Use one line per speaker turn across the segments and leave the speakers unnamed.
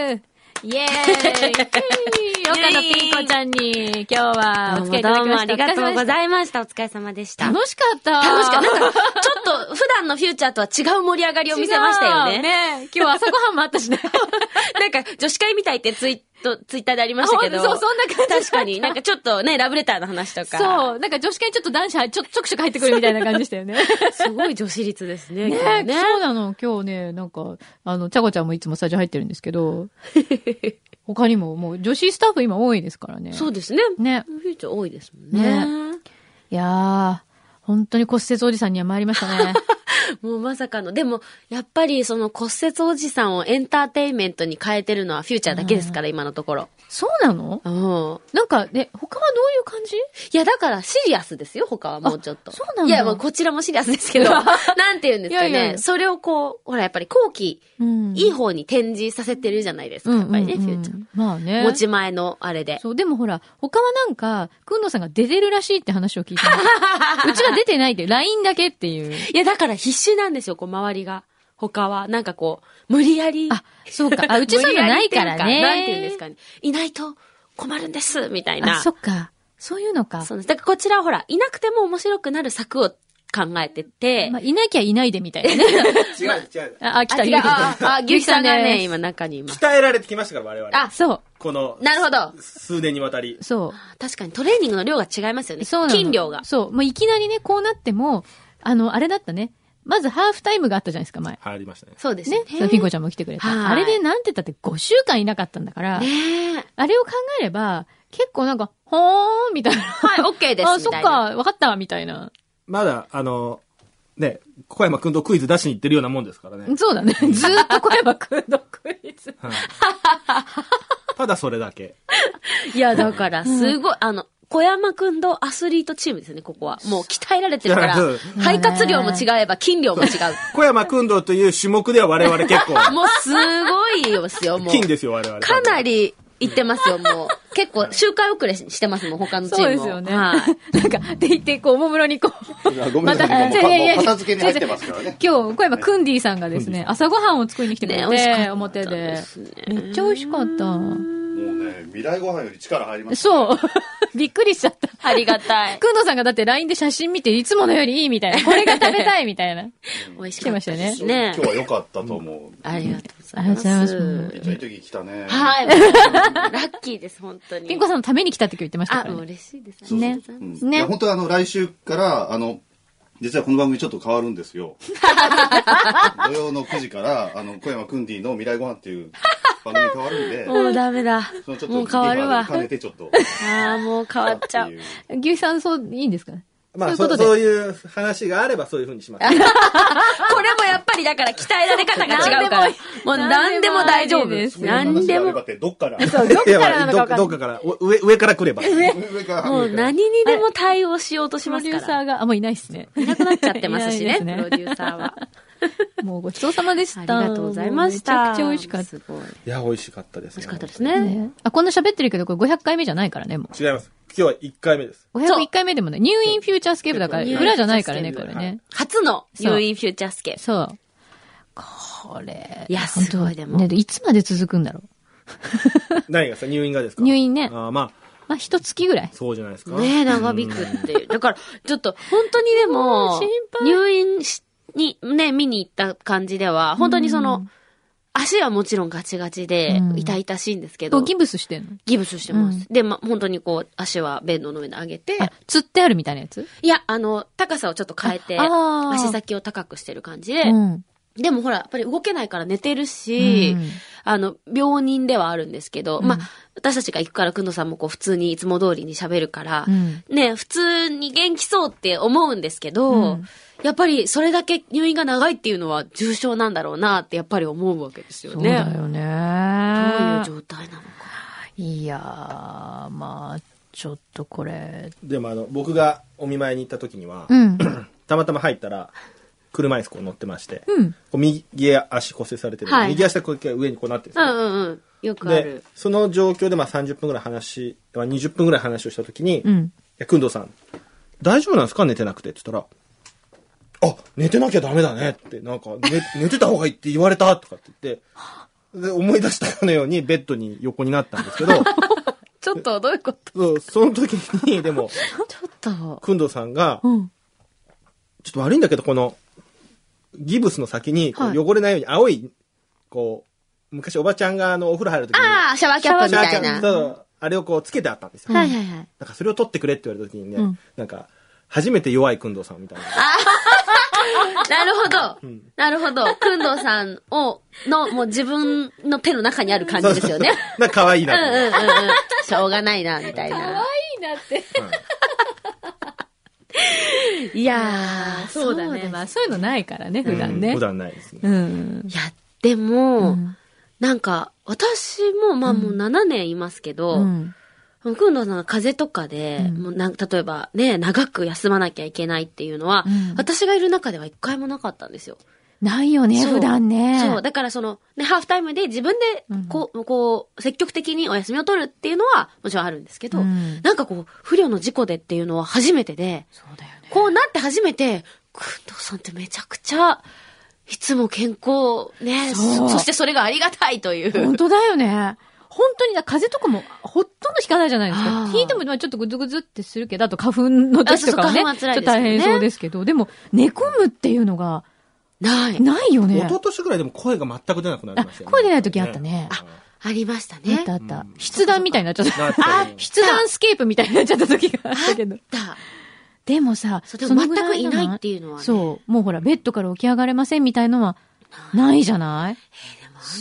イエーイ岡野ピーコちゃんに今日はお付き合いいた
ど
だ
う
き
も
ま
あ
し
り
た。
がとうご
い
ざいました。お疲れ様でした。
楽しかった。
楽しかった。なんか、ちょっと普段のフューチャーとは違う盛り上がりを見せましたよ
違う
ね。
ね今日朝ごはんもあったしね。
なんか、女子会みたいってツイート、ツイッターでありましたけど。
あほんとそうそんな感じだった
確かに。なんかちょっとね、ラブレターの話とか。う。
そう。なんか女子会にちょっと男子はちょ、ちょくちょく入ってくるみたいな感じでしたよね。
すごい女子率ですね。
ね
今日ね
そうなの。今日ね、なんか、あの、ちゃこちゃんもいつもスタジオ入ってるんですけど、他にももう女子スタッフ今多いですからね。
そうですね。
ね。
フューチャー多いですもんね。
いやー、本当に骨折おじさんには参りました ね。
もうまさかの。でも、やっぱりその骨折おじさんをエンターテインメントに変えてるのはフューチャーだけですから、今のところ。
そうなの
うん。
なんか、ね、他はどういう感じ
いや、だからシリアスですよ、他はもうちょっと。
あそうなんだ
いや、まあこちらもシリアスですけ ど、なんて言うんですかね。
いやいや
それをこう、ほら、やっぱり後期、
うん
いい方に展示させてるじゃないです
う
か、
ん
やっぱりね、
うんうん
フューチャー。
まあね。
持ち前のあれで。
そう、でもほら、他はなんか、くんのさんが出てるらしいって話を聞い たの。うちは出てないで、LINE だけっていう。
いや、だから必死なんですよ、こう、周りが。他は。なんかこう、無理やり。
あ、そうか。あ、うちそういうのないから
無理
ね。
やりっていうかなんて言うんですかね。いないと困るんです、みたいな。
あ、そっか。そういうのか。
そうなんです。だからこちらはほら、いなくても面白くなる策を考えてて。
まあ、いなきゃいないでみたいなね。
違う違う。
あ、あ来
あ、
た、
違
ゆ
う
うき
あ、あ、
ゆ
牛
うき
木さんが
です
ね、今中にいます。
鍛えられてきましたから、我々。
あ、
そ
この、
なるほど。
数年にわたり
う、。そ
確かにトレーニングの量が違いますよね。
う。そうなの
筋量が。
そう。もういきなりね、こうなっても、あの、あれだったね。まずハーフタイムがあったじゃないですか、前。
入りましたね。
そうです
ね
よ。ね。
そうピンコちゃんも来てくれ
は
た。
い
あれでなんて言ったって5週間いなかったんだから、
ねえ
あれを考えれば、結構なんか、ほーんみたいな。
はい、OK です。
あ、
み
そった
いな。
か、わかった、みたいな。
まだ、あの、ね、小山くんとクイズ出しに行ってるようなもんですからね。
そうだね。ずーっと小山くんのクイズ。
はい ただそれだけ。
いや、だから、すごい、あの、小山くんのアスリートチームですね、ここは。もう鍛えられてるから
そう、
配達量も違えば筋量も違う。
小山くんどという種目では我々結構、
もうすごいですよ、もう。
金ですよ、我々。
かなり行ってますよ、もう。結構、周回遅れしてますもん、他のチーム
そうで
も。
すよね。
はい。
なんか、って言って、こう、おもむろにこう。
いやごめんなさい、
また
もうか
いやいや
もう片付けに入ってますからね。
今日、小山くんディさんがですね、朝ごはんを作りに来てくれ、
ね美味しかってた
表で
ですね。
めっちゃ美味しかった。
もうね、未来ご飯より力入ります。
そう。 びっくりしちゃった。
ありがたい。
くんどさんがだって LINE で写真見て、いつものよりいいみたいな。これが食べたいみたい な。
美味し
来て
か
ま
っ
した
た
よ
で
ね
すね
今。日は良かったと思う。
ありがとうござ
あ
い
りがとう
ま
ご
す。
ざいます。
めっちゃいい時来たね。
はい。ラッキーです、本当に。
ピンコさんのために来たって今日言ってました
あ、
から
もう
ね。
嬉しいです。あ
そうそう
りがとうございます
うん
ね
いや本当はあの、来週から、あの、実はこの番組ちょっと変わるんですよ。土曜の9時から、あの、小山くんディの未来ご飯っていう番組変わるんで、
もうダメだ
そのちょ。っと
もう変わるわ。
兼ねてちょっと。
ああ、もう変わっちゃ
っ
う
て。いう
牛肥さん、そう、いいんですか
まあ
そういうこと
そ、
で
そういう話があればそういうふうにします。
これもやっぱりだから鍛えられ方が違うから。もう何
何
で
で
も
も
大丈夫。
何でもいいです
何で
そういう話があれば
も。
って、どっ から。
そう、どっからなのか
ど
わ
っか
か
どっ
んない。
かから、お上、上から来れば。
上から
もう何にでも対応しようとし
プロ
ま
デ
す
ュー
か
サ
ら。
ーが、あ、もういないっすね。
いなくなっちゃってますしね、
い
プ
ないですね
ロデューサーは。
もうごちそうさまでした。
ありがとうございました。
めちゃくちゃ美味しかった。
すごい。美
いや、美味しかったですね。
味しかったですね。
ねあ、こんな喋ってるけど、これ500回目じゃないからね、も
違います。今日は1回目です。
う。
そう
501回目でもね、ニューインフューチャースケープだから、
ニューイン
裏じゃないからね、
フ
こ
ュー
れ
チャースケープ
ね。
初のニ
そう
ューインフューチャースケープ。
そう。これ。
いや
本当
すごいでも
ね、いつまで続くんだろ
何がさ、入院がですか
入院ね
あーま
う
あ、。
まあ、一月ぐらい。
そうじゃないですか。
ねえ、長引くっていう。だから、ちょっと、本当にでも
うん心、配
入院し、に、ね、見に行った感じでは、本当にその、足はもちろんガチガチで
う、ん
痛々しいんですけ
こ
ど、
うギブスしてんの
ギブスしてます。
うん
で、ま、本当にこう、足はベッドの上に上げて、
あ、釣ってあるみたいなやつ
いや、あの、高さをちょっと変えて、
あー
足先を高くしてる感じで、
うん。
でもほら、やっぱり動けないから寝てるし、
うん
あの、病人ではあるんですけど、
うん
まあ、私たちが行くから、くんどさんもこう、普通にいつも通りに喋るから、
うん
ね、普通に元気そうって思うんですけど、
うん
やっぱりそれだけ入院が長いっていうのは重症なんだろうなってやっぱり思うわけですよ
そう
ね。
だよね。
どういう
ど
状態なのか。
いやー、まあ、ちょっとこれ。
でもあの、僕がお見舞いに行った時には、
ん。
たまたま入ったら、車椅子こう乗ってまして、
うん
こう右足骨折されてる、
はい
右足だけこう一回上にこうなってるんです
う
よ
んうんうん。よくあ
で
る。、
その状況でまあ30分ぐらい話、まあ20分ぐらい話をした時に、
う
い
ん。
や、くんどうさん、大丈夫なんですか寝てなくてって言ったら、あ、寝てなきゃダメだねって、なんか、寝、寝てた方がいいって言われたとかって言って、で、思い出したかのようにベッドに横になったんです けど、
ちょっと、どういうこと
そうその時に、でも、
ちょっと。
くんどさんが、
うん。
ちょっと悪いんだけど、この、ギブスの先に、こ
はいう
汚れないように青い、こう、昔おばちゃんがあの、お風呂入る時に、
ああ、シャワーキャップみ
シャワー
た
キ
い
ャッ
な。
プ
は
そうあれをこう、つけてあったんですよ。
いはいはい。
なんかそれを取ってくれって言われた時にね、
うん
なんか、初めて弱いくんどさんみたいな。
なるほど
ん。
なるほど。くんどうさんを、の、もう自分の手の中にある感じですよね。
なんか可愛い
うんうんうん
な
うん。しょうがないな、みたいな。
いいなって。
いやー、
そうだね。
です
まあ、そういうのないからね、
と思っ
普
て。
段
うん
ね。
普段ないですね。
うん。
いや、で
う
も、
ん
なんか、私も、まあもう7年いますけど、
うん。
くんどうさんが風邪とかで、
うん
もうなん例えばね、長く休まなきゃいけないっていうのは、
うん
私がいる中では一回もなかったんですよ。
ないよね、
そう
普段ね。
そう、だからその、ね、ハーフタイムで自分で
うん、
こう、こう、積極的にお休みを取るっていうのは、もちろんあるんですけど、
うん
なんかこう、不慮の事故でっていうのは初めてで、
そうだよね。
こうなって初めて、くんどうさんってめちゃくちゃ、いつも健康、ね、
そう
そそしてそれがありがたいという。
本当だよね。本当にだ、風邪とかもほとんどひかないじゃないです
あ
か。
ー
ひいてもまあちょっとぐずぐずってするけど、あと花粉の時とかはね、
あそう
ち
そう
ょっ
花
と
粉は辛
大
いですよね
変そうですけど、でも、寝込むっていうのが
ない。
ないよ
一
ね。
昨年ぐらいでも声が全く出なくなりましたよね。
あ声出ない時あったね
ありました
あ
ね。
ったあった
うん。
筆談みたいになっちゃっ
な
た。
って
あ筆談スケープみたいになっちゃった時があったけど。
だ。
でもさ、
そう、でも全くいないって
いう
いうのはね。
そう。もうほら、ベッドから起き上がれませんみたいのは、ないじゃない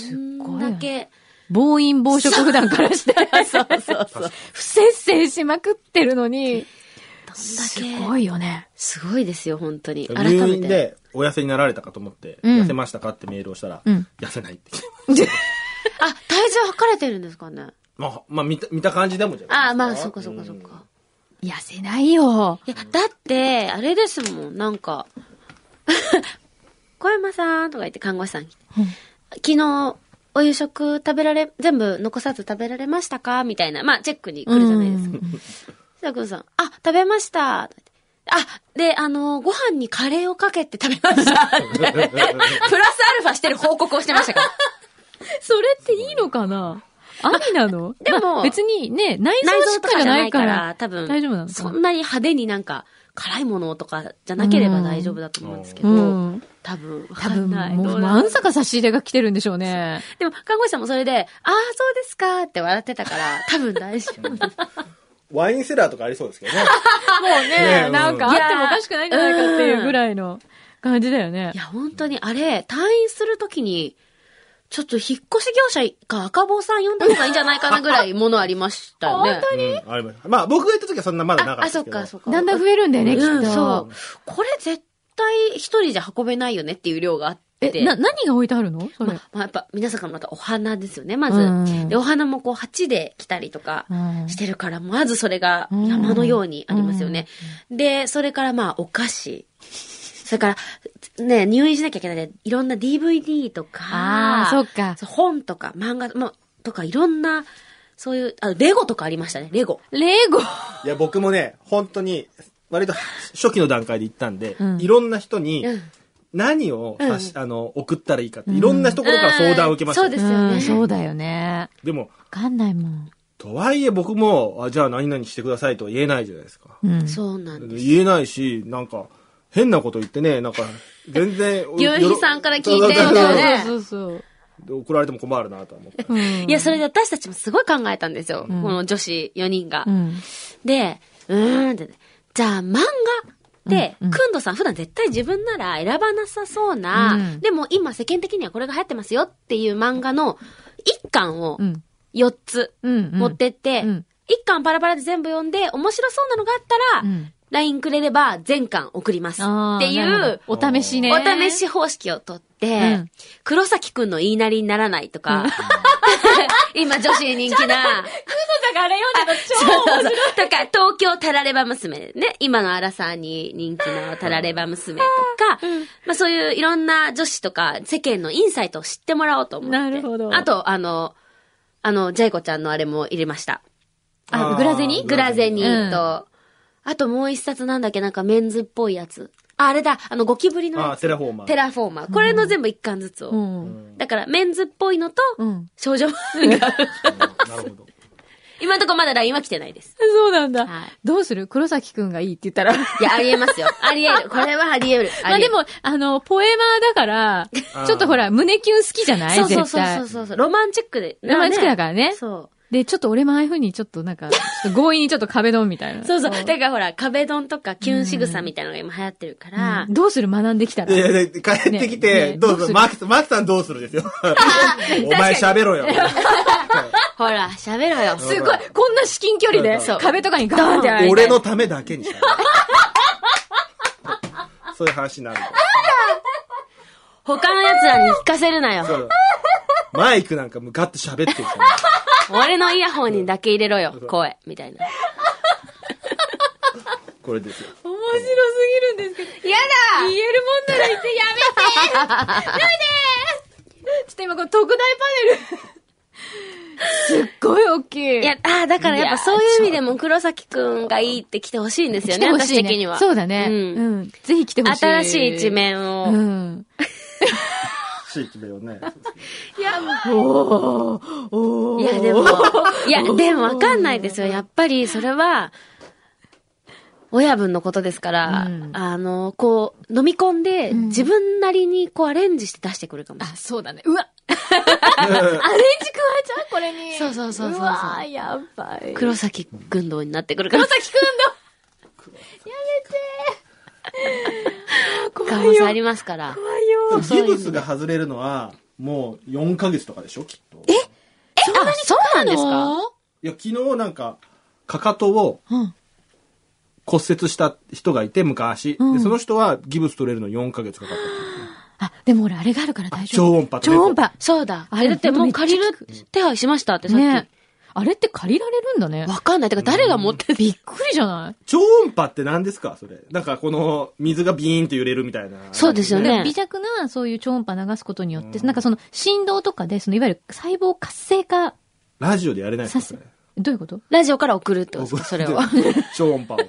でも
ごい
あん
よ
だけ。
暴飲暴食普段からして。 そうそう
そう。
不摂生しまくってるのに、
どんだけ。
すごいよね。
すごいですよ、本当に。改
入
め
院
て。
で、お痩せになられたかと思って、
うん
痩せましたかってメールをしたら、
うん
痩せないって。
あ、体重測れてるんですかね。
まあ、まあ、見た、見た感じでもじゃないです
あ、まあ、そっかそっかそっか。
痩せないよ。
いや、だって、あれですもん、なんか、 小山さんとか言って看護師さん来て、
うん
昨日、お夕食食べられ、全部残さず食べられましたかみたいな、まあ、チェックに来るじゃないですか。さくんさん、あ、食べました。あ、で、あの、ご飯にカレーをかけて食べま した。プラスアルファしてる報告をしてましたから。
それっていいのかなありなの
でも
まあ別にね、内
内
臓
臓
し
と
か
か
じゃ
じゃ
な
ない
いか
から、
ら、
多分、
大丈夫なの
そ
か
んなに派手になんか、辛いものとかじゃなければ大丈夫だと思うんですけど、
うん
多分、わ
多
かん
分、
ない
も
ど
う、
うだろ
ま
う
んさか差し入れが来てるんでしょうね。
でも、看護師さんもそれで、ああ、そうですかって笑って たから、多分大丈夫。
ワインセラーとかありそうですけどね。
もうね
ね、
なんかあってもおかしくないんじゃないかっていうぐらいの感じだよね
い。や、本当に、あれ、退院するときに、ちょっと引っ越し業者か赤坊さん呼んだ方がいいんじゃないかなぐらいものありましたよね。
本当
うんありましたまあ、僕が行った時はそんなまだな
あ
かっ
あ、
た
そっ
ですけど。
か、そっか。
だんだん増えるんだよね、きっ
うん、そ
と
う。。これ絶対一人じゃ運べないよねっていう量があって。
え、な、何が置いてあるのそ
ま
れ。
あ、まあやっぱ皆さんからまたお花ですよね、まず。
うん
で、お花もこう鉢で来たりとか
うん
してるから、まずそれが
うん
山のようにありますよね。で、それからまあお菓子。それから、ね、入院しなきゃいけないんで、いろんな DVD とか、
ああ、そっか。
そう本とか漫画、まあ、とかいろんな、そういう、あ、レゴとかありましたね、レゴ。
レゴ。
いや、僕もね、本当に、割と初期の段階で行ったんで、
うん
いろんな人に
うん
何を差し、
う
あの、送ったらいいかって、いろんなところから相談を受けました。
うんそうですよね
うんそうだよね。
でも、
わかんないもん。
とはいえ僕も、あじゃあ何々してくださいとは言えないじゃないですか。
うん。
そうなんです。、
言えないし、なんか、変なこと言ってね、なんか、全然
牛皮さんから聞いて
よろ
みたいなね
そうそう
怒られても困るなとは思って。
そう。い
いや、それで私たちもすごい考えたんですよ、この女子4人が。
うん。
で、うーんって、じゃあ漫画で、
うんうん
くんどさん普段絶対自分なら選ばなさそうな、
うん
でも今世間的にはこれが流行ってますよっていう漫画の1巻を
うん。
4つ
うん。
持ってって、
うん
1巻パラパラで全部読んで面白そうなのがあった
う
ら、
ん。
LINE くれれば全巻送ります
あー
ってい
なる
う、
ほどお試しね。
お試し方式をとって、
うん
黒崎くんの言いなりにならないとか、 今女子に人気な、
だからあれ読んでた超
そうそうとか、東京タラレバ娘ね。今のアラサーに人気のタラレバ娘とか、まあそういういろんな女子とか世間のインサイトを知ってもらおうと思って。
なるほど
あと、あの、あの、ジャイコちゃんのあれも入れました。
あグラゼニ
グラゼニ
うん
と、あともう一冊なんだっけ、なんかメンズっぽいやつ。あ、あれだ、あの、ゴキブリのやつ
あーテラフォーマー
テラフォーマー。これの全部一巻ずつを。
うん。
だから、メンズっぽいのと、
うん。
少女漫 画。
なるほど。
今のところまだ LINE は来てないです。
そうなんだ。
はい
どうする黒崎くんがいいって言ったら。
いや、ありえますよ。ありえる。これはありえる。
まあでも、あの、ポエマーだから、ちょっとほら、胸キュン好きじゃない
そうそう
絶
そうそ
対
う。そうそう。ロマンチックで。
ロマンチックだからね
そ
で、ちょっと俺もああいう風にちょっとなんか、ちょっと強引にちょっと壁ドンみたいな。
う。そうそう。だからほら、壁ドンとかキュン仕草みたいなのが今流行ってるから
うん。どうする学んできた
い
ら。
やいやで帰って き
ね
て、
ね
ど
ど
う
うす
ぞ、
る
マーキ、マーキさんどうす るですよ。お前喋ろよ。
ほら、喋ろよ。
すごい、こんな至近距離で、
そう
壁とかにガーンってやられて
俺のためだけに喋る。そういう話になる。
他の奴らに聞かせるなよ。
そうマイクなんか向かって喋ってるから。
俺のイヤホンにだけ入れろよ、声。みたいな。
これですよ。
面白すぎるんですけど。やだ言えるもんなら言ってやめてやめてちょっと今この特大パネ ル。すっごい大きい。
いや、ああ、だからやっぱそういう意味でも黒崎くんがいいって来てほしいんですよ
来
ね、
てほ
私
しい、
的
ね。
には。
そうだね、うん。
ん。
ぜひ来てほしい。
新しい一。面
う
を。
ん。
地域名をね。
いや、
おーおー
いや、でも、いや、でもわかんないですよ。やっぱり、それは、親分のことですから、
うん
あの、こう、飲み込んで、
ん
自分なりに、こう、アレンジして出してくるかも。
あ、そうだね。うわアレンジ加えちゃうこれに。
そうそうそうそうそう
うわーやばい。
黒崎軍道になってくるかも。
崎くん のや
可
めてー
能性ありますから。
怖いよ。
ギブスが外れるのは、もう4ヶ月とかでしょ、きっと。え
え、あ、そうなんですか
いや、昨日なんか、かかとを
うん。
骨折した人がいて、昔。
うん
で、その人はギブス取れるの4ヶ月かかったって言って
あ、でも俺あれがあるから大丈夫。
超音波と
超音波。
そうだ。
あ
あれ
れ
だってもう借りる手配しましたってさっき。
ねあれって借りられるんだね。
わかんない。てか誰が持ってる
びっくりじゃない
超音波って何ですかそれ。なんかこの水がビーンって揺れるみたいな。
そうですよね
微弱なそういう超音波流すことによって、なんかその振動とかで、そのいわゆる細胞活性化
ラジオでやれないで
さ
す
せ
か、
どういうこと
ラジオから送るってことですか
それ。
それ を。だか
超 音波を。
ら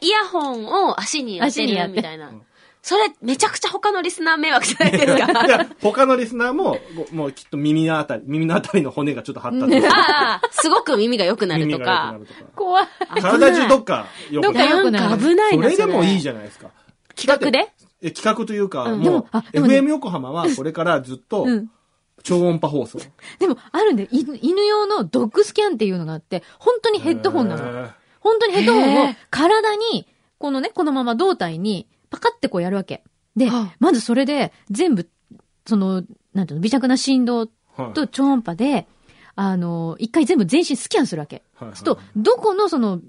イヤホンを足に当て
足にやっ
る
て
みたいな。それ、めちゃくちゃ他のリスナー迷惑じゃないですか。
いや、他のリスナーも、ごもうきっと耳のあたり、耳のあたりの骨がちょっと張った とか、
ああ、すごく耳が良くなると
耳が
か
良く。なると
怖い。
か。体中どっか良
どっ
く
か
なる。
良
な
く
ん
なる
か危ない
そ
な。
れでもいいじ
ゃん。
ゃないですか。
企画で
え企画というか、
うん
で
もう
も、あでもね
FM 横浜はこれからずっと
うん、
超音波放送。
でも、あるんで、犬犬用のドッグスキャンっていうのがあって、本当にヘッドホンなの。
の。
本当にヘッドホン
へ
を
ー
体に、このね、このまま胴体に、パカってこうやるわけ。で
はあ、
まずそれで、全部、その、なんていうの、微弱な振動
はい
と超音波で、あの、一回全部全身スキャンするわけ。
はいはい
すると、どこのその、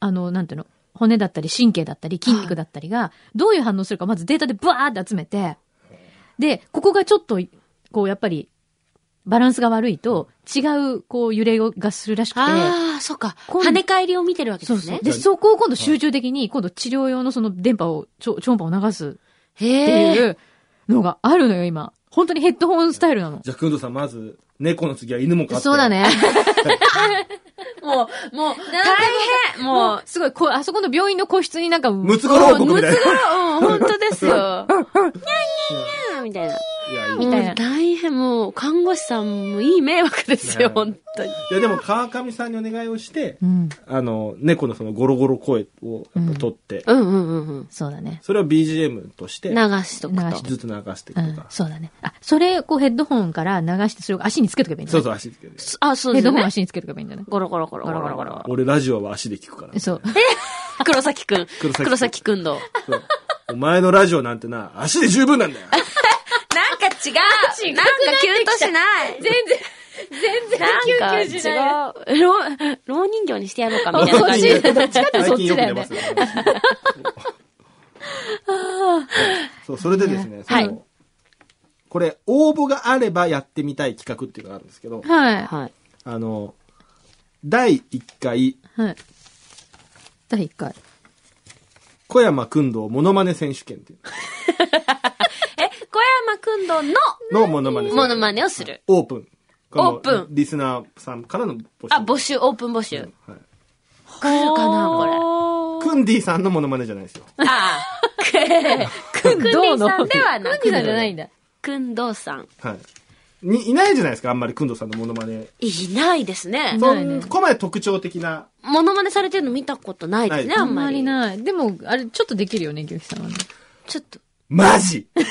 あの、なんていうの、骨だったり神経だったり筋肉だったりが、どういう反応するかまずデータでブワーって集めて、で、ここがちょっと、こうやっぱり、バランスが悪いと、違う、こう、揺れがするらしくて、
ああ、そっか。
今度
跳ね返りを見てるわけ
そ
で
う
す
そう
ね。。
で、
じゃあ
そこを今度集中的に、今度治療用のその電波を、超超音波を流すって
へ
い
え。
うのがあるのよ、今。本当にヘッドホンスタイルなの。
じゃあ、くんどさん、まず、猫の次は犬も飼って。
そうだ。ね。
もう、もう、大変もう、
すごい、こう、 あそこの病院の個室になんか、
ムツゴロウ国みたいな。
うん、本当ですよ。にゃんにゃんみたいな。
いや、いい
み
も
たいうな
大変、もう、看護師さんもいい迷惑ですよ、
ね
本当に。
いや、でも、川上さんにお願いをして
う、ん。
あの、猫のそのゴロゴロ声をやっぱ取って、
うんうんうん
そうだね。
それを BGM として
うん。、流しとく
流し
と
と。
ずっと流してい
うん
くとか。
そうだね。あ、それ、こう、ヘッドホンから流して、それを足につけとけばいいんだ
そう
ね
そう、足つけて。
すあ、そう
ヘ
で
ッド
す
ホンを
ね。
足につけとけばいいんだね。
ゴロゴロゴロゴロゴロゴロ。
俺、ラジオは足で聞くから。
そう。
黒崎くん。
黒崎くん
黒崎くんど。
そうお前のラジオなんてな、足で十分 なんだよ。
なんか違うなんかキュンとしない全然、全然
キュンキュンしない
なんか違う。老、老人形にしてやろうかみたいな
そ
感
っ
じ
ち
で。
どっちかってそっ
最近
ち
よく
だ
出
よ
ま
ね
す。よ。 そう、それでですね、その
はい
これ、応募があればやってみたい企画っていうのがあるんですけど、
はい。
はい。
あの、第1回、
はい。第1回。
小山君堂モノマネ選手権っていう
え、小山くんどの
のをモノマネ選手
モノ
権
マネをする。
オープン。この
オープン
リスナーさんからの募集。
あ、募集、オープン募集。
はい。
来るかなこれ。
くンディさんのモノマネじゃないですよ。
あ
くんどうの
くんりさんではなく
くんりさんじゃないんだ。
あ、くんどうさん。
はい。に、いないじゃないですか、あんまりくんどさんのモノマネ。
いないですね。
そ
ないね
こまで特徴的な。
モノマネされてるの見たことないですね、
ない
あ
あ
ん
ん
ま
ま
り。
りない。でも、あれ、ちょっとできるよね、ぎょうきさんはね。
ちょっと。
マジ
これ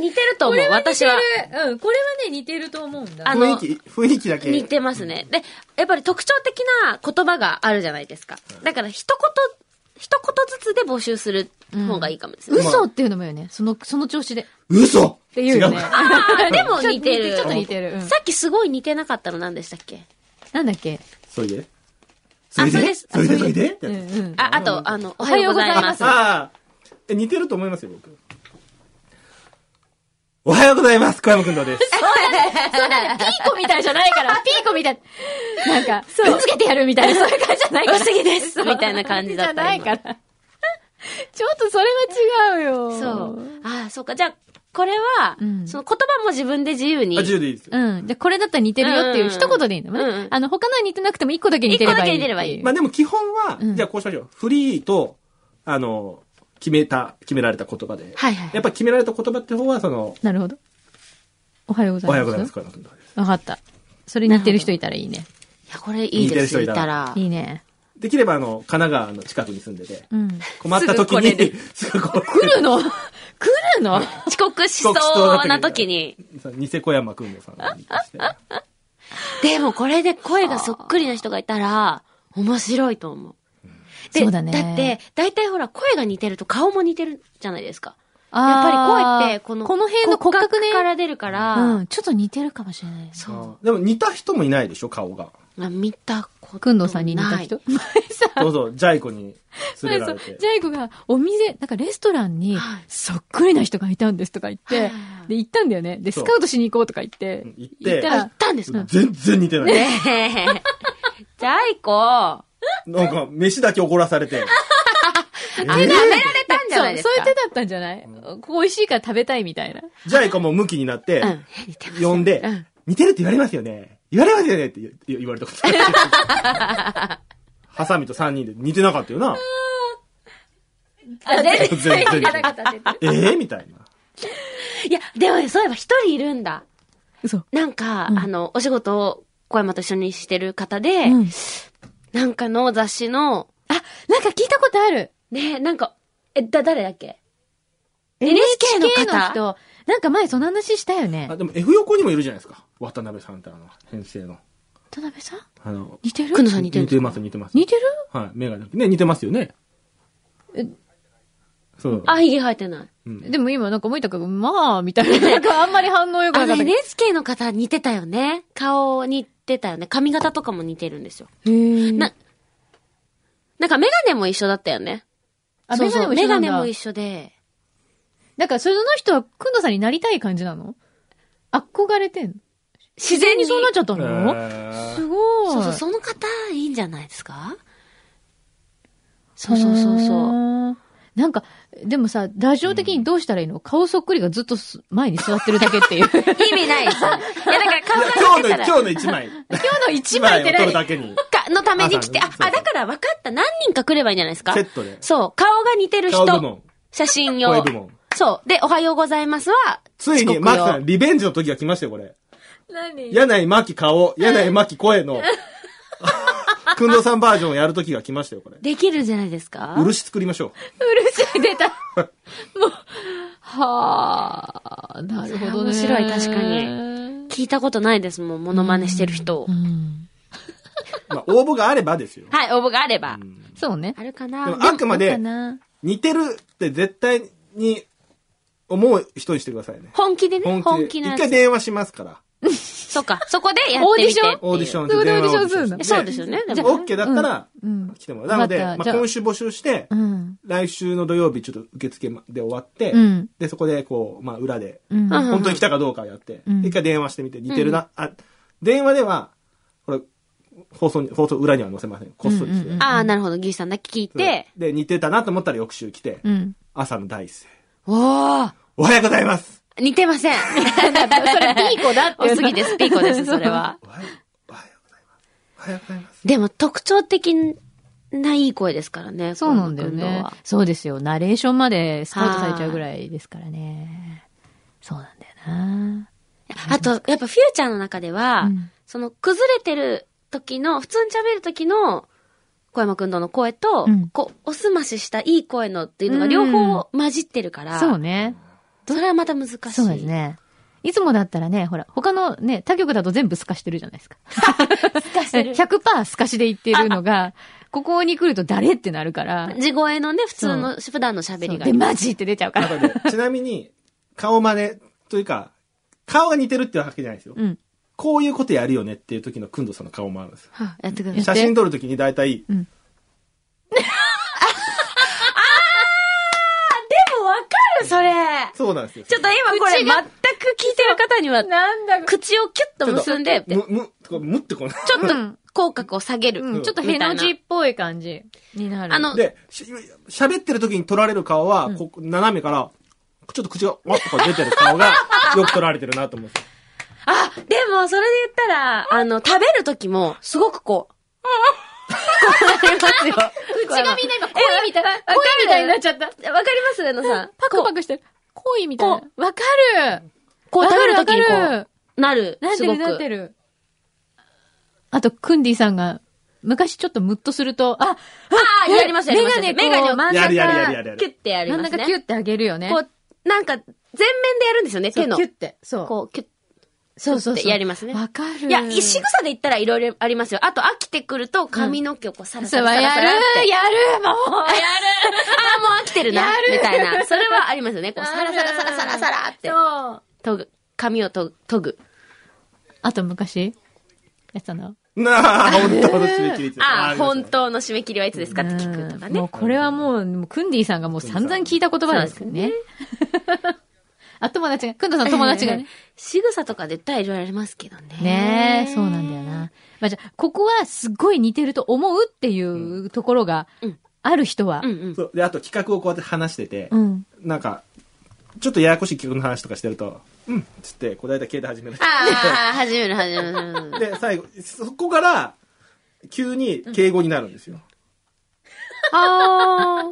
ね、似てると思う、私は。
うん、これはね、似てると思うんだ
あの
雰囲気、雰囲気だけ。
似てますね。で、やっぱり特徴的な言葉があるじゃないですか。だから、一言、一言ずつで募集する方がいいかもですね。
嘘っていうのもよね。その、その調子で。っ
嘘
ていうよね。
違う
あーでも似てる。
ちょっと似てる。うん
さっきすごい似てなかったの何でしたっけ
なんだっけ
それでそ
あ
れ
そう
で
です
それでそれで
うんうん。
あ、あと、あの、お
お
は
は
よ
よ
う
う
ご
ご
ざ
ざ
い
い
ま
ますす。
ああ。え似てると思いますよ、僕。おはようございます、小山くんどうです。
ピーコみたいじゃないから、ピーコみたい。なんか、ぶつけてやるみたいな、そういう感じじゃ ないから。
薄着ですみたいな感じだった
じゃないから。 ちょっとそれは違うよ。
そう。。ああ、そうか。じゃあ、これは、
うん
その言葉も自分で自由に。
あ、10でいいですよ。
うん。じゃあこれだったら似てるよっていう一言でいいんだもんね。
うんうん
あの、他のは似てなくても一個だけ似てればいい。
一個だけ似てればいい
まあでも基本は、
うん
じゃあこうしましょう。フリーと、あの、決めた、決められた言葉で。
はいはい
やっぱ決められた言葉って方は、その、
なるほど。おはようございます。
おはようございます、小山くんどうです。
わかった。それ似てる人いたらいいね。
いや、これいいです。
似てる人い
い
た
た
ら
ら。
いいね。
できれば、あの、神奈川の近くに住んでて、
うん。
困った時
すぐ来れ
に、すぐこう
来るの来るの
遅刻しそ
遅刻しそうう
な
な
時
時
に。
偽小山くんのさんがいたりして
でもこれで声がそっくりな人がいたら、面白いと思う。で
そうだね
って、だいたいほら、声が似てると顔も似てるじゃないですか。やっ
あ
ぱ
ー
り声って、この、
この辺の骨格ね。
から出るから、
うん。ちょっと似てるかもしれない。
そ
でも似た人もいないでしょ、顔が。
う。あ見たことない。
くんどうさんに似た人前さ、
そうそう、ジャイ子に連
前
れら
さ
れ て、。
ジャイ子がお店、なんかレストランに
はい
そっくりな人がいたんですとか言っ
はい
て、で、行ったんだよね。で、
そ
ス
う
カウトしに行こうとか言って
うん、行って
行った
あ、行っ
ら、
たんですか
全然似てない。
ねえ。 じゃあ行こう。
なんか、飯だけ怒らされ て。えー
食べたんじゃないですか。
そう、そういう手だったんじゃない、こう美味しいから食べたいみたいな。
ジャイ子もムキになって、
うん似てます
呼んで
うん、
似てるって言われますよね。言われますよねって言言言わ れたことある。ハサミと3人で似てなかったよな。
あ、全然
全然
似てなかった。全然
ええみたいな。
いや、でもね、そういえば一人いるんだ。
嘘。
なんか、あの、お仕事を小山と一緒にしてる方で、
うん。
なんかの雑誌の、
あ、なんか聞いたことある。
ね、なんか、え、だ、誰だっけ NHK
NHK
の
の
方
人。なんか前その話したよね
あ、。でも F 横にもいるじゃないですか。渡辺さんってあの、編成の。
田辺さん
あの、
似てる
くんどさん似てるんですか
ます、似てます。
似てる
はい、メガネ。ね、似てますよね。
え
そう。
あ、髭生えてない。
うん
でも今なんか森田くん、まあ、みたい な。なんかあんまり反応よく
あ
な
の
かったけど。
NHK の方似てたよね。顔似てたよね。髪型とかも似てるんですよ。
へえ
な、なんかメガネも一緒だったよね。
あ、
そう
メ
そ
ガネも
う
一緒なん
メガネ
だ
も一。緒で。
だから、その人は、くんどさんになりたい感じなの憧れてんの
自
自然にそうなっちゃった
え
の
ー
すごい。
そうそう、その方いいんじゃないですかそうそうそうそう。
う。なんか、でもさ、ラジオ的にどうしたらいいの、顔そっくりがずっとす前に座ってるだけ っていう。今日
意味ないです。いや、だから顔が
今
似
日
て
の、
たら
今日の一枚。
の一枚って
一を取るだ
何
けに。
か、のために来て、あ、
朝
あ、
ね
だから分かった。何人か来ればいいんじゃないですか
セットで。
そう、顔が似てる
顔部
人
門。、
写真
声
用
部。門。
そう。で、おはようございますは、
つい
遅刻
に、
用
マキさん、リベンジの時が来ましたよ、これ。
何
柳井真紀顔、柳井真紀声の、くんどさんバージョンをやる時が来ましたよ、これ。
できるんじゃないですか
漆作りましょう。
うるしい、出 た。もう、はあ、なるほどね。
それは面白い確かに聞いたことないですもん、モノマネしてる人を
う。ん。
まあ、応募があればですよ。
はい、応募があれば。
そうね。
あるか
でも
な、
あくま
どうか
で、
な
似てるって絶対に思う人にしてくださいね。
本気でね、本
本
気
気
のや
で。一
つ
回。電話しますから。
そうか、そこでやってみてっていう。
オーディション
そ
で
こで
電話
オーディションするの
オーディショ
そ
ン
うですよね。
じ
で
ゃ
も
あ
ね
OK だったら、
うん。
来てもらう。なので、
わか
ま
った
あ、
じゃあ
今週募集して、
うん。
来週の土曜日、ちょっと受付で終わって、
うん
で、そこで、こう、まあ、裏で、
うん。
うん
本当に来たかどうかやって、
うん
一回電話してみて、似てるな、あ、電話では、これ、放送に、放送裏には載せません。こっそりして。
うんうんうん
ああ、なるほど。ギーさんだけ聞いて、
で、似てたなと思ったら翌週来て、
うん。
朝の第一声。
おー
おはようございます
似てません。
それピーコだって。
おすぎです。ピー コです、それは。
おはよう、おはようございます。おはようございます。
でも特徴的ないい声ですからね。
そうなんだよ
小山君
ね
のは。
そうですよ。ナレーションまでスカウトされちゃうぐらいですからね。そうなんだよな。
あと、やっぱフューチャーの中では、
うん
その崩れてる時の、普通に喋る時の小山くんとの声と、
うん
こう、おすまししたいい声のっていうのが両方混じってるから、
そうね。
それはまた難しい。
そうです。ね。いつもだったらね、ほら、他のね、他局だと全部透かしてるじゃないですか。
難し い。
100%透かしで言ってるの が、ここに来ると誰ってなるから。
地声のね、普通の、普段の喋りが
で、。マジって出ちゃうから。
あとねちなみに、顔真似というか、顔が似てるってわけじゃないですよ。
うん。
こういうことやるよねっていう時のくんどさんの顔もあるんですよ。
はあやってくださ
やっ
い。
て
写真撮るときに大体、
でもわかるそれ
そうなんですよ。
ちょっと今これ全く聞いてる方には、
なんだ
口をキュッと結んでって、
む、む、こうむってこない。
ちょっと口角を下げる。
うん、ちょっと
み
へ
たい
の
な
字っぽい感じになる。
あの
で、し喋ってる時に撮られる顔は、こう斜めから、ちょっと口がわっとこう出てる顔が、よく撮られてるなと思うんですよ。
あ、でも、それで言ったら、あの、食べる時も、すごくこ う、
口がみんな今、恋みたいな、
えかる
恋みたいになっちゃった。
わかりますレノさん。
パクパクしてる。恋みたいな
こ。
わかる。
こう、
わ
食
か
べ
る
る
わ
時
か
にこ
る。
う、なる。
なっ
す
て
ご
る
く。
なってる。あと、クンディさんが、昔ちょっとムッとすると、あ、
ああ、やりますやります。
メガネこう
メガネを真ん
や
中、
るやるやるやるやる
キュッてやり
真ん
ます
中
ね。
キュッてあげるよね。
こう、なんか、全面でやるんですよね、
そう
手の
キュ。ッて。そう。
こう、キュッ
そうそう
キ
そ
ュッ
う。
てやりますね
わかる。
いや、仕草で言ったらいろいろありますよ。あと飽きてくると髪の毛をこうサラ
そ
サ
う
ラサ
は
ラ
や
サ
る
ラって。
やるもう
あ、やるあ、もう飽きてるな
やる
みたいな。それはありますよね。こう
やる
サラサラサラサラサラって。
そう。
研ぐ。髪を研ぐ。研ぐ。
あと昔やってたの
なあ、本当の締め切りって
あ、本
当
当の締め切りはいつですかって聞くとか
も
ね
う。これはもう、もうクンディさんがもう散々聞いた言葉ですけどね。 あ、友達が、クンドさんの友達がね。
仕草とかで言ったらいろいろありますけどね。
ねえ、そうなんだよな。まあ、じゃあ、ここはすっごい似てると思うっていうところが
うん
ある人は
う。んうん。
そう。で、あと企画をこうやって話してて、
うん。
なんか、ちょっとややこしい企画の話とかしてると、うん、っつって、こうだいたい携帯始める。
ああ、始める始める始める。
で、最後、そこから、急に敬語になるんですよ。
あ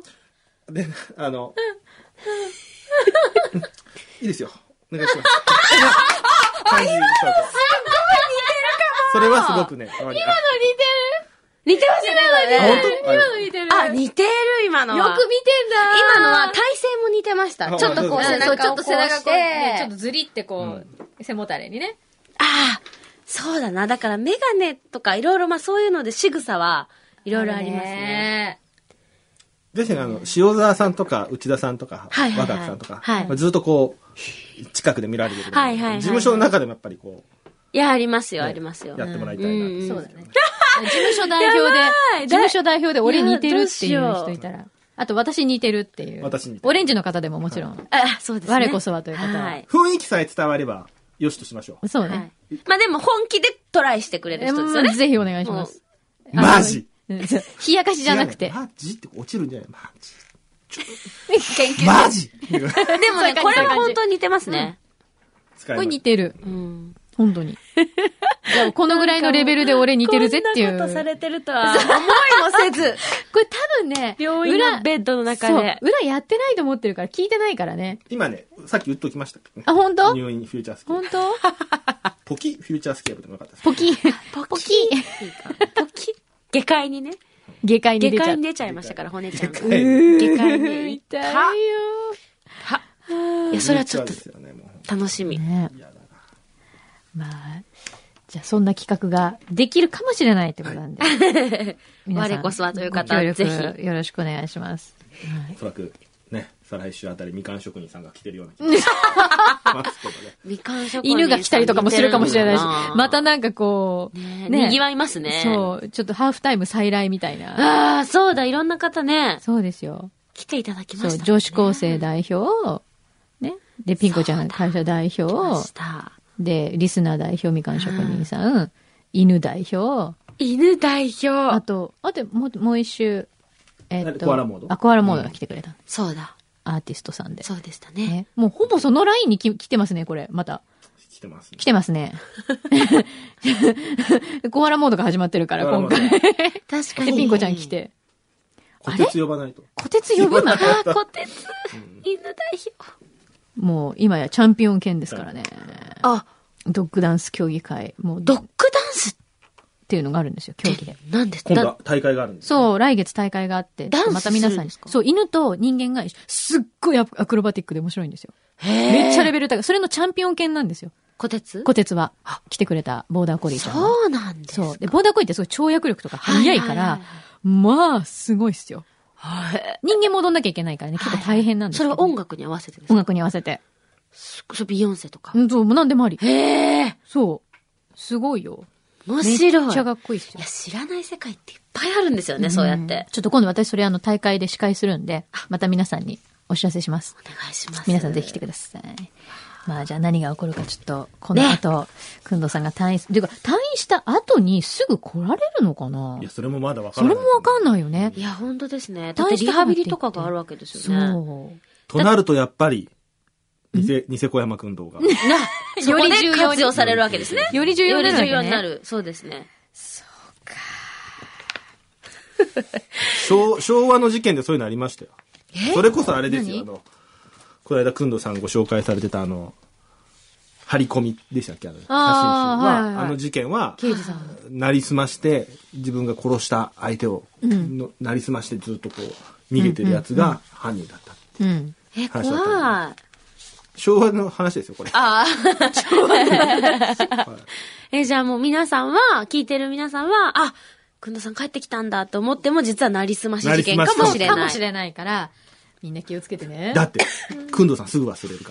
あ。
で、あの、いいですよ。お願いします。感じ。すごい似てるかもそれはすごくね、今の似てる
似てますよ
あ、
ね
本、当
今の似てる。
あ、似てる、今の
よ
は。
く見てんだ。
今のは体勢も似てました。
あ
ちょっとこう
そう
背
そう
そうち
中
ょ
を
っ
ことう
背中
し
こうね、ちょってと、ずりってこう、背もたれにね。
ああ、そうだな。だからメガネとかいろいろまあそういうので仕草はい
い
ろいろありますね。。
ぜひね、あの、塩沢さんとか、内田さんとか、
はいはいはい
若木さんとか、
はい
まあずっとこう、近くで見られてるけど、
はいはいはいはい
事務所の中でもやっぱりこう、
いや、ありますよ、
ね
ありますよ。
やってもらいたいなって
うん
そうだね。事務所代表
やば
で、
い
事務所代表で俺似てるってい
いやど
う
うしよ
人
う
いたら。あと私似てるっていう。
私似てる
オレンジの方でももちろん。
あ、そうですね。
我こそはという方は
はい。
雰囲気さえ伝われば、よしとしましょう。
そう
はい
ね。
まあでも本気でトライしてくれる人ですよね。
ぜひお願いします。あの
マジ
うんそう冷やかしじゃなくて。
マジって落ちるんじゃないマジ。
研究。
マジ
でも
そうい
ね、こ
う感じ
れは本当に似てますね。
使い
これ
ます
似てる。
うん。
本当に。じゃあこのぐらいのレベルで俺似てるぜってい
こんなことさ
う。
れてるとは思いもせず、
これ多分ね、
病院
裏
のベッドの中で。
そう裏やってないと思ってるから聞いてないからね。
今ね、さっき言っときましたけどね。
あ、本当
入院フューチャースケー
本
プ。
当
ポキフューチャースケープでもよかったです。
ポキ。
ポキポキ下界にね。
下界に
下
出ちゃ
界
う
に。出ちゃいましたから、骨ちゃんが。
下界
下界に行っ
痛い
た。
よ。
いや、それはちょっ
フ
と
ューチャーですよね、もう
楽しみ。
ね
いやだな
まあ、じゃあそんな企画ができるかもしれないってことなんで。 皆さん
我こそはという方
ご協力
ぜ
よろしくお願いします。
おそらく、ね、再来週あたりみかん職人さんが来てるような気がし ますけどね。
みかん職人
犬が来たりとかもするかもしれないし
似てるの、かな
またなんかこう、
ね
ね
賑わいますね。
そう、ちょっとハーフタイム再来みたいな。
ああ、そうだ、いろんな方ね、
そうですよ。
来ていただき
そ
ま
う、
した。
女子高生代表を、ね。で、ピンコちゃん会社代表
来
を
ま、した。
で、リスナー代表、みかん職人さん、犬代表、
犬代
あ
表。
と、あと、もう、もう一周、えっと、
コアラモード
あ、コアラモードが来てくれた。
そうだ、
アーティストさんで。
そうでしたね。
ね。もうほぼそのラインにき来てますね、これ。また。
来てますね
来。てますね。コアラモードが始まってるから、今回。
確か
で、
に。
ピンコちゃん来。て。
こてつ呼ばないと。
こてつ呼ぶな。
あー、こてつ、犬代表。
もう、今やチャンピオン犬ですからね。
あ、
ドッグダンス競技会、もう、
ド
ドッ
ッグダンス
っていうのがあるんですよ、競技で。
なんです
今度
か
は大会があるんです。
そう、来月大会があって、
ダンス
また皆
する
さん
んで
に
すか
そう、犬と人間が、すっごいアクロバティックで面白いんですよ。
め
めっちゃレ
ベル。
ベル高い。それのチャンピオン犬なんですよ。
こてつ
小鉄は、来てくれたボーダーコリーさんが。
そうなんですか。
そう。で、ボーダーコリーってすごい跳躍力とか速いから、
はい
まあ、すごいっすよ。
はいはいはい
人間戻んなきゃいけないからね、結構大変なんです
そ
け
れ
ど
は音楽に合わせてです
音
か
楽に合わせて。
そう、ビヨンセとか
う。ん、そう、もう何でもあり。
へえ、
そう。すごいよ。
面白い。
めっちゃ
い
かっこいいっすよ
や、。知らない世界っていっぱいあるんですよね、そうやって
ん。ちょっと今度私それあの大会で司会するんで、また皆さんにお知らせします。
お願いします。
皆さんぜひ来てください。まあじゃあ何が起こるかちょっと、この後、くんどうさんが退院す、ていうか退院した後にすぐ来られるのかない
や、それもまだわか
そ
らな
れ
い。
もわかんないよね。
いや、本当ですね。だってリハビリとかがあるわけです
そ
よね。
う。
となると、やっぱり、偽、偽小山くん動画。
な、そ
よ
こ
り
で
重要に
活用されるわけですね。
より重要
よ
に
り
なるわ
重
けね
要になる。そうですね。
昭昭和の事件でそういうのありましたよ。それこそあれですよ、あ
何
の、この間、くんどさんご紹介されてたあの、張り込みでしたっけあの、写真
あ
集
ーは
は、
いはい
あの事件は、
刑事さん。
なりすまして、自分が殺した相手を、のなりすましてずっとこう、逃げてるやつが犯人だった。
うん。
え、怖
話
い。
だったん
あ
で昭和の話ですよ、これ。
あ。え、じゃあもう皆さんは、聞いてる皆さんは、あ、くんどさん帰ってきたんだと思っても、実はなりすまし事件か
なりす
も
ま
し
し
れ
か
な
も
い。
しれないから、みんな気をつけてね。
だって、くんどさんすぐ忘れるか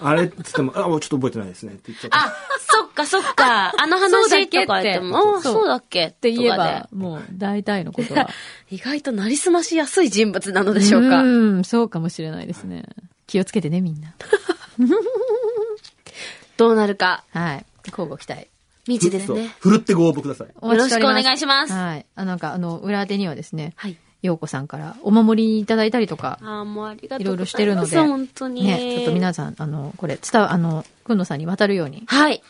ら。あれって言っても、あ、もうちょっと覚えてないですねって言っちゃった。
あ、そっかそっか。あの
そうだっ
話
け
とか言っ
って
ても、あそうだっけっ
って言えば、。もう大体のことは。
意外となりすましやすい人物なのでしょうか。
うん、そうかもしれないですね。気をつけてね、みんな。
どうなるか、
はい。交互期待。
未知です
そう
ね。
ふるってご応募ください。
お待ちてり
よろしくお願いします
はい。あなんか、あの、裏手にはですね、
はい。
ようこさんからお守りいただいたりとか、
あーもうありが
い
とうございます。
ろいろしてるので、
本当に。
ね、ちょっと皆さん、あの、これ、伝わ、あの、くんのさんに渡るように
はい。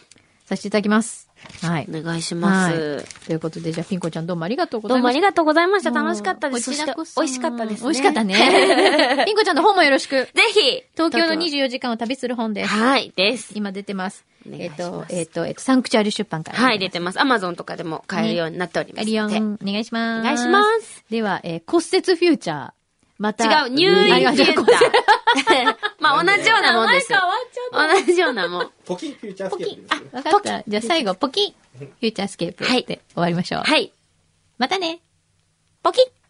させていただきます。はい
お。願いします。
はい。ということで、じゃあ、ピンコちゃんどうもありがとうご
ど
ざ
う
い
も
ま
あ
し
り
た。
がとうございました。楽しかったです。
も
そうし
こち
て、美
らこそ
味しかったです、ね。
美味しかった。 ね。ピンコちゃんの本もよろしく。
ぜひ
東京の24時間を旅する本です。
はい、です。
今出てます。
お願い
え
し
っ
ます
と、えっと、えっと、サンクチュアリ出版から。
はい、出てます。アマゾンとかでも買えるようになっておりま
ガ
す
リオ
ので。
ン、お願いします。
お願いします。
では、えー骨折フューチャー。また。
違う、入院
あ違う
検
骨折
査。 まあ、同じようなもんですよ。同じようなもん。
ポキンフューチャースケープですよ。
わかった。じゃあ最後、ポキンフューチャースケープ。
はい
で終わりましょう。
はい。
またね
ポキッ